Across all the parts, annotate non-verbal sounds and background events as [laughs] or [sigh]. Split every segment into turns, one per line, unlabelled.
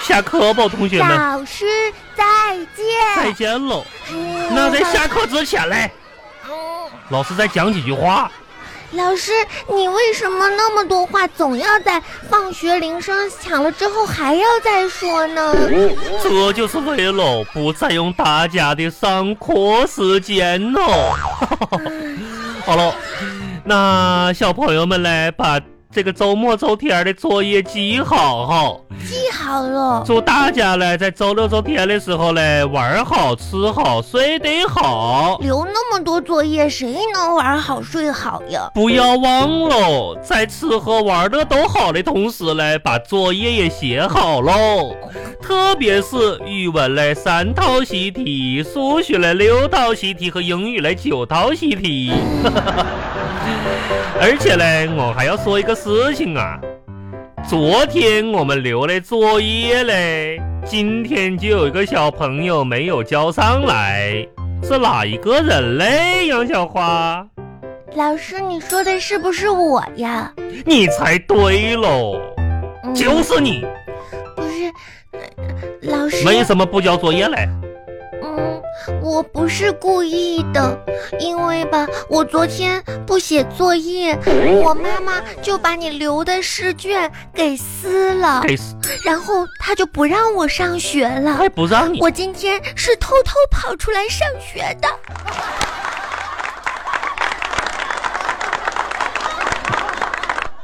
下课吧，同学们，
老师再见。
再见喽。
嗯
那在下课之前嘞，老师再讲几句话。
老师，你为什么那么多话总要在放学铃声响了之后还要再说呢？
这就是为了不占用大家的上课时间哦。 [laughs] 好了，那小朋友们嘞，把这个周末周天的作业记好哈。
记好了，
祝大家嘞，在周六周天的时候嘞，玩儿好、吃好、睡得好，
留那么多作业，谁能玩好睡好呀？
不要忘喽，在吃喝玩乐都好的同时嘞，把作业也写好喽。特别是语文嘞三套习题，数学嘞六套习题和英语嘞九套习题。 [laughs] 而且嘞，我还要说一个事情啊，昨天我们留了作业嘞，今天就有一个小朋友没有交上来，是哪一个人嘞？杨小花，
老师，你说的是不是我呀？
你猜对喽，
嗯
就是你，
不是，呃老师，
为什么不交作业嘞？
嗯，我不是故意的，因为吧，我昨天不写作业，我妈妈就把你留的试卷给撕了，
该
然后她就不让我上学了。
还不让你，
我今天是偷偷跑出来上学的。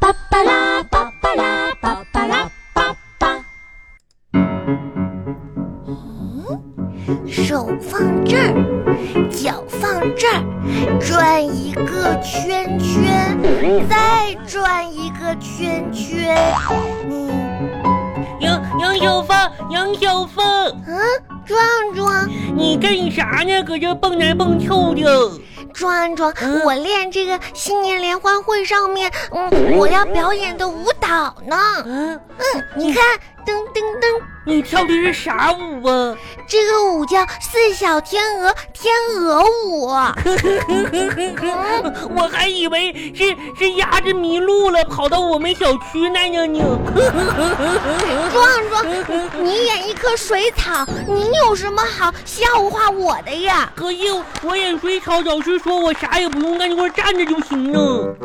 巴巴拉巴巴拉巴巴拉巴巴。嗯，手放这儿，脚放这儿，转一个圈圈，再转一个圈圈。嗯
杨杨小凤，杨小凤，
嗯，壮壮。
你干啥呢？搁这蹦来蹦去的。
壮壮，
嗯
我练这个新年联欢会上面，嗯，我要表演的舞蹈呢。
嗯，
嗯，你看，噔噔噔，
你跳的是啥舞啊？ [laughs]
这个舞叫四小天鹅天鹅舞。
我还以为是是鸭子迷路了，跑到我们小区来了呢。
壮壮，你演一棵水草，你有什么好笑话我的呀？
[laughs] 可是我演水草，老师说我啥也不用干，就给我站着就行啊了。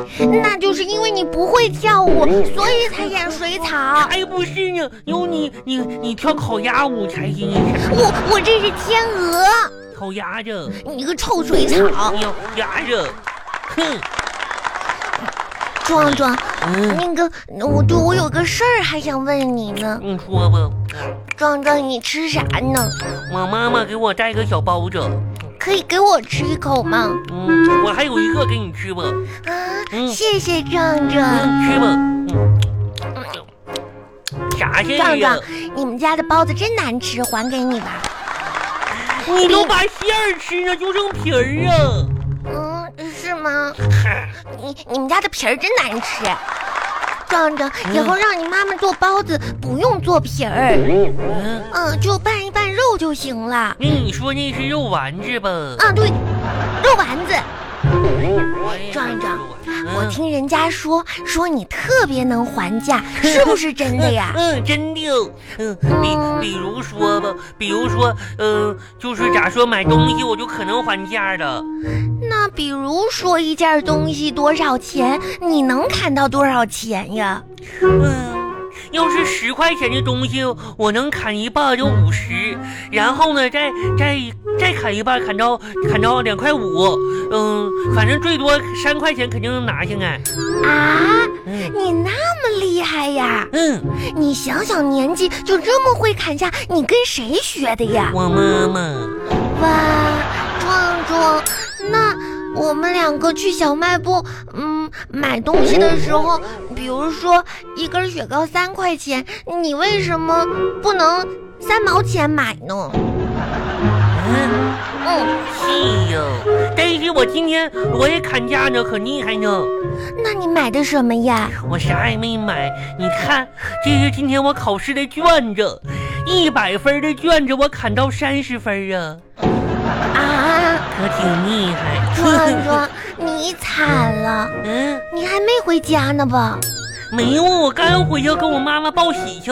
那就是因为你不会跳舞，所以才演水草。
才不是呢，有你你你跳烤鸭舞才是那啥，
我我这是天鹅，
烤鸭子，
你个臭水草！
鸟鸭子，哼，
壮壮，
嗯，
那个，我对我有个事儿还想问你呢。
你说吧。
壮壮，你吃啥呢？
我妈妈给我带个小包子，
可以给我吃一口吗？
嗯，我还有一个给你吃吧，
啊，
嗯
谢谢壮壮。
嗯，吃吧，嗯，啥事
壮
儿哎呀
壮？，你们家的包子真难吃，还给你吧。
你都把馅儿吃了，就剩皮儿啊！
嗯，是吗？
嗨
你你们家的皮儿真难吃。啊壮壮，以后让你妈妈做包子，不用做皮儿，
嗯，
嗯，就拌一拌肉就行了。
那你说那是肉丸子吧？
啊，对，肉丸子。
也
壮壮
是肉
我
丸子，
听人家说，说你特别能还价，是不是真的
[laughs]
呀？
嗯，嗯真的，嗯，比比如说吧，比如说，嗯，就是咋说买东西我就可能还价的，
那比如说一件东西多少钱，你能砍到多少钱呀？
嗯，要是十块钱的东西，我能砍一半就五十，然后呢，再再再砍一半，砍到砍到两块五，嗯，反正最多三块钱肯定能拿下来。
啊，
嗯
你那么厉害呀！
嗯，
你想想年纪就这么会砍价，你跟谁学的呀？
我妈妈，
哇，壮壮，那我们两个去小卖部，嗯，买东西的时候，比如说一根雪糕三块钱，你为什么不能三毛钱买呢？
嗯，
嗯，
是哟，哎但是我今天我也砍价呢，可厉害呢，
那你买的什么呀？
我啥也没买，你看，这是今天我考试的卷子，一百分的卷子我砍到三十分啊，
啊？ [laughs]
可挺厉害。
壮壮，你惨了，
[laughs] 嗯。
你还没回家呢吧？
没有，我刚要回去跟我妈妈报喜去，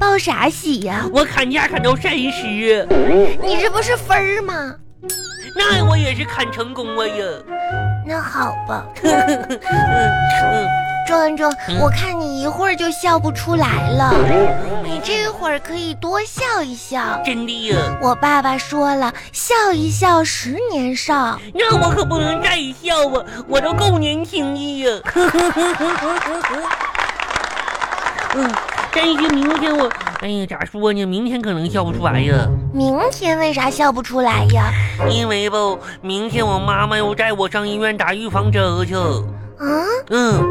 报啥喜呀、
我砍价砍到三十，
你这不是分儿吗？
那我也是砍成功了呀。
那好
[laughs]
吧，
嗯
壮壮
嗯，
我看你一会儿就笑不出来了，
嗯，
你这会儿可以多笑一笑。
真的呀，
我爸爸说了，笑一笑，十年少。
那我可不能再笑啊，我都够年轻的呀。 [laughs] 嗯，但是明天我，哎呀，咋说呢？明天可能笑不出来呀，
明天为啥笑不出来呀？啊
因为吧，明天我妈妈要带我上医院打预防针去。
啊，
嗯，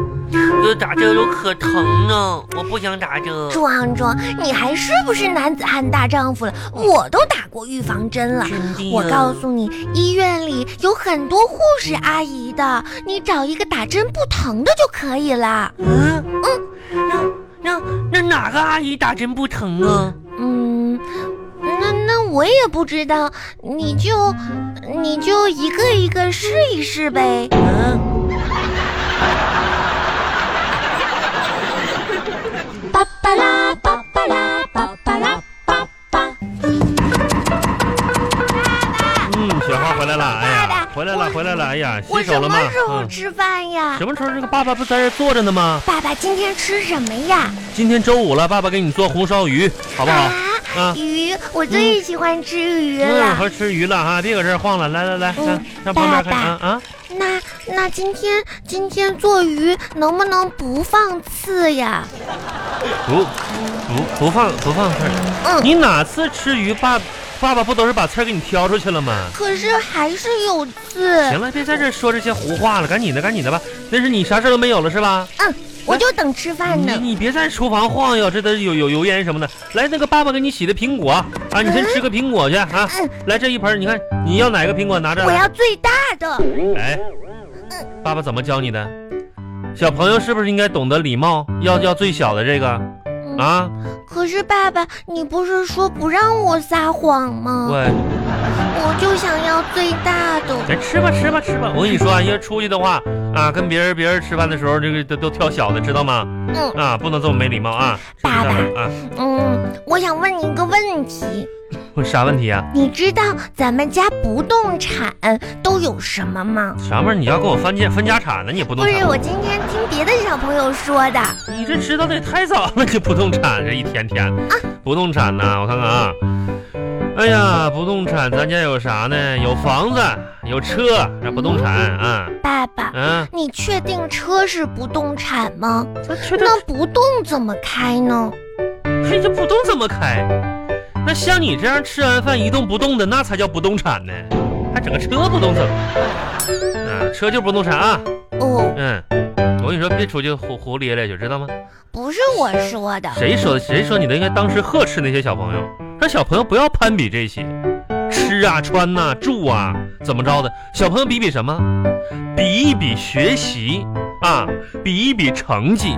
这打针都可疼呢，我不想打针。
壮壮，你还是不是男子汉大丈夫了？我都打过预防针了。
真的呀，
我告诉你，医院里有很多护士阿姨的，你找一个打针不疼的就可以了。
嗯嗯，那那那哪个阿姨打针不疼啊？
嗯，那那我也不知道，你就你就一个一个试一试呗。
嗯，
巴巴拉巴巴拉巴巴拉巴巴。
嗯，雪花回来了，哎
爸
呀，
爸
回来了，
我
回来了，哎呀，洗
我
手
什
了吗？
么时候
嗯
吃饭呀
什？么时候？这个爸爸不在这坐着呢吗？
爸爸今天吃什么呀？
今天周五了，爸爸给你做红烧鱼，好不好？啊
啊，鱼，我最喜欢吃鱼
嗯，
了。
和吃鱼了哈，别搁这儿晃了，来来来，看
嗯
上旁边
爸
看
爸
啊啊！
那那今天今天做鱼能不能不放刺呀？
不不不放不放刺儿，
嗯，
你哪次吃鱼爸爸爸不都是把刺儿给你挑出去了吗？
可是还是有刺
行。了，别在这儿说这些胡话了，赶紧的，赶紧的吧。那是你啥事儿都没有了是吧？
嗯，我就等吃饭
你
呢。
你别在厨房晃悠，这都有有油烟什么的。来，那个爸爸给你洗的苹果啊，你先吃个苹果去啊。
嗯，
来这一盆儿，你看你要哪个苹果拿着
我
来。
要最大的。
哎，
嗯
爸爸怎么教你的？小朋友是不是应该懂得礼貌？要要最小的这个
嗯
啊？
可是爸爸，你不是说不让我撒谎吗？
喂，
我就想要最大的。
咱吃吧吃吧吃吧。我跟你说啊，要出去的话啊，跟别人别人吃饭的时候，这个都都挑小的，知道吗？
嗯
啊，不能这么没礼貌啊！是不是
爸爸
啊，
嗯，我想问你一个问题，
问啥问题啊？
你知道咱们家不动产都有什么吗？
啥味儿？你要跟我翻家分家产呢？你也不
不
动
是，
产，
我今天听别的小朋友说的。
你这知道的也太早了，这不动产这一天天不动产呢、我看看啊。哎呀，不动产咱家有啥呢？有房子，有车，这不动产啊，
爸爸，
嗯、
你确定车是不动产吗？
这确定
那不动怎么开呢？
这这不动怎么开？那像你这样吃完饭一动不动的，那才叫不动产呢，还整个车不动怎么？啊，车就不动产啊，
哦，
嗯，我跟你说，别出去胡胡咧咧去，知道吗？
不是我说的。
谁说的？谁说你的？应该当时呵斥那些小朋友，让小朋友不要攀比这些，吃啊、穿呐、住啊，怎么着的？小朋友比比什么？比一比学习啊，比一比成绩，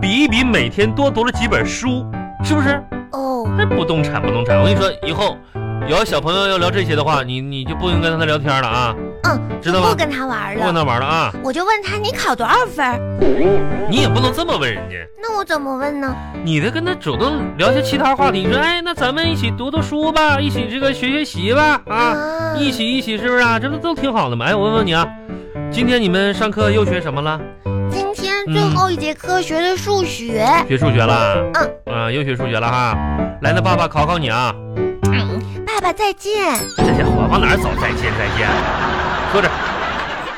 比一比每天多读了几本书，是不是？
哦，
那不动产，不动产。我跟你说，以后有小朋友要聊这些的话，你你就不应该跟他聊天了啊，
嗯，
知道吗
不跟他玩
不跟
了。
他玩了啊。
我就问他你考多少分儿？
你也不能这么问人家，
那我怎么问呢？
你得跟他主动聊些其他话题。你说，哎，那咱们一起读读书吧，一起这个学学习吧，啊，
啊
一起一起是不是啊？这不都挺好的吗？哎，我问问你啊，今天你们上课又学什么了？
今天最后一节课学的数学，
学数学了。
嗯
啊，又学数学了哈。来，那爸爸考考你啊。嗯
爸爸再见。
这家伙往哪儿走？再见再见，坐这儿。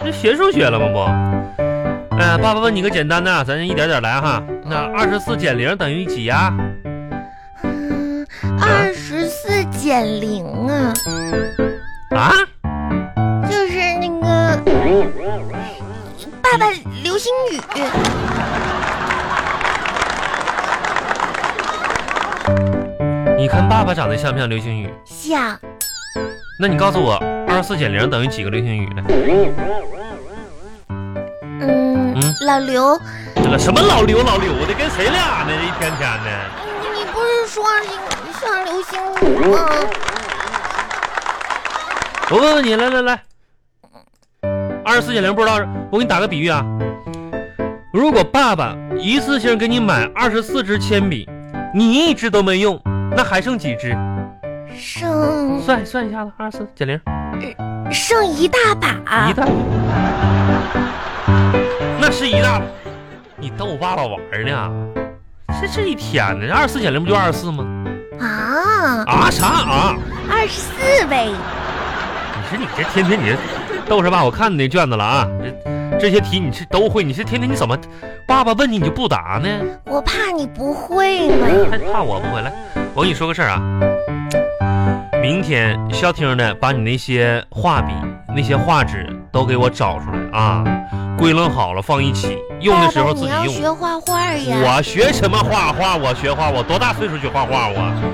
这学数学了吗不？哎，爸爸问你个简单的，啊咱一点点来哈。那二十四减零等于几呀、
嗯，二十四减零啊，
啊？
就是那个爸爸流星雨。
你看爸爸长得像不像流星雨？
像
那你告诉我，二十四减零等于几个流星雨呢？
嗯
嗯，
老刘，
这个什么老刘老刘的，跟谁俩呢？这一天天的，
你你不是说你像流星雨吗？
我问问你，来来来，二十四减零不知道是，我给你打个比喻啊，如果爸爸一次性给你买二十四支铅笔，你一支都没用，那还剩几支？
剩
算算一下子，二十四减零，
剩一大把
一，大把，那是一大把。你逗我爸爸玩儿呢？啊这这一天呢，二十四减零不就二十四吗？
啊，
啊啥啊？
二十四位，
你说你这天天你这豆是吧？我看你那卷子了啊，这这些题你是都会，你是天天你怎么，爸爸问你你就不答呢？
我怕你不会嘛。
还怕我不回来？我跟你说个事儿啊，明天消停的把你那些画笔、那些画纸都给我找出来啊，归拢好了放一起，用的时候
爸爸
自
你
己
要
用。
学画画呀？
我学什么画画？我学画，我多大岁数学画画？我，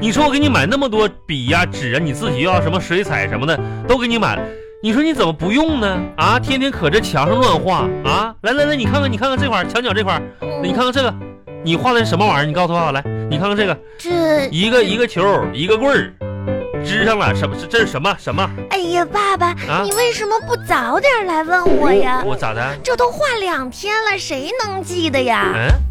你说我给你买那么多笔呀、纸啊，你自己又要什么水彩什么的都给你买了，你说你怎么不用呢？啊，天天可着墙上乱画啊！来来来，你看看你看看这块儿墙角这块儿，
嗯
你看看这个，你画的是什么玩意儿？你告诉我啊来，你看看这个，
这，
一个一个球，一个棍儿，支上了什么？这这是什么什么
哎呀，爸爸，
啊
你？为什么不早点来问我呀？
我咋的？
这都画两天了，谁能记得呀？
嗯，